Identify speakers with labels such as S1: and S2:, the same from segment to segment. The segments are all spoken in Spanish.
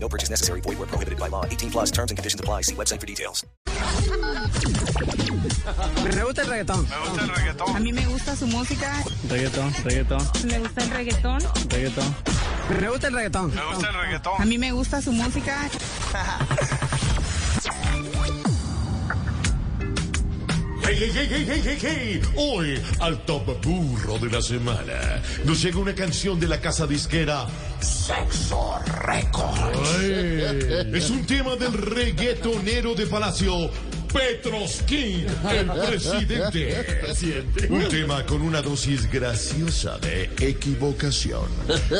S1: No purchase necessary. Void where prohibited by law. 18 plus terms and conditions apply. See website for details.
S2: Me gusta el reggaetón.
S3: Me gusta el reggaetón.
S4: A mí me gusta su música,
S2: Reggaetón, reggaetón,
S4: me gusta el reggaetón.
S2: reggaetón. Me gusta el reggaetón.
S3: Me gusta el
S4: A
S3: reggaetón.
S4: mí me gusta su música.
S5: ¡Hey, hey, hey, hey, hey, hey, hey! Hoy, al top burro de la semana, nos llega una canción de la casa disquera Sexo Records. Es un tema del reggaetonero de Palacio. Petroskin, el presidente. Un tema con una dosis graciosa de equivocación.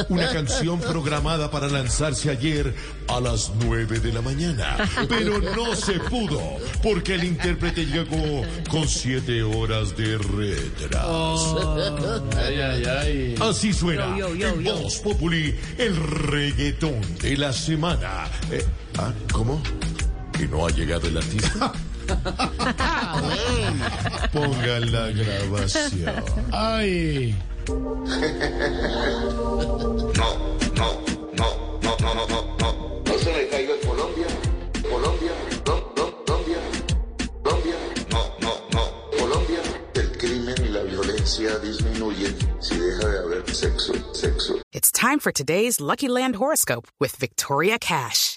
S5: Una canción programada para lanzarse ayer a las 9 de la mañana. Pero no se pudo, porque el intérprete llegó con 7 horas de retraso. Así suena en Voz Populi el reggaetón de la semana. Eh, ah, ¿cómo? Que no ha llegado el artista. Ponga la grabación.
S2: Ay.
S6: No, no, no, no, no, no, no, no. Eso le cayó en Colombia, Colombia, no, no, Colombia, Colombia, no, no, no. Colombia, el crimen y la violencia disminuyen si deja de haber sexo, sexo.
S7: It's time for today's Lucky Land horoscope with Victoria Cash.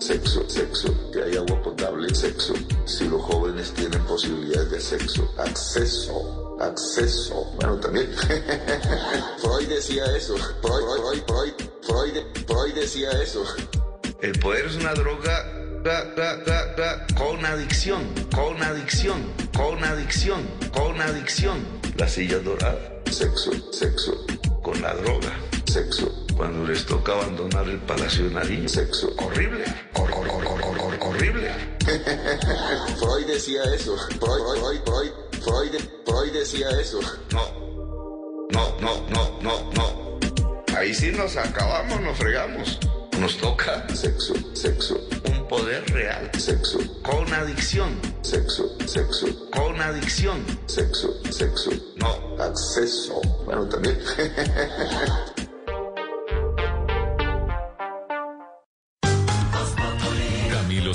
S6: sexo, sexo, que hay agua potable, sexo. Si los jóvenes tienen posibilidades de sexo, acceso, acceso. Bueno, también. Freud decía eso. Freud, Freud, Freud, Freud, Freud decía eso. El poder es una droga da, da, da, da, con adicción, con adicción, con adicción, con adicción. La silla dorada. Sexo, sexo. Con la droga. Sexo. Cuando les toca abandonar el Palacio de Nariño. Sexo. Horrible. Hor- hor- hor- hor- hor- hor- horrible. Freud decía eso. Freud, Freud, Freud, Freud, Freud decía eso. No. No, no, no, no, no. Ahí sí nos acabamos, nos fregamos. Nos toca. Sexo, sexo. Un poder real. Sexo. Con adicción. Sexo, sexo. Con adicción. Sexo, sexo. No. Acceso. Bueno, también.
S8: Camilo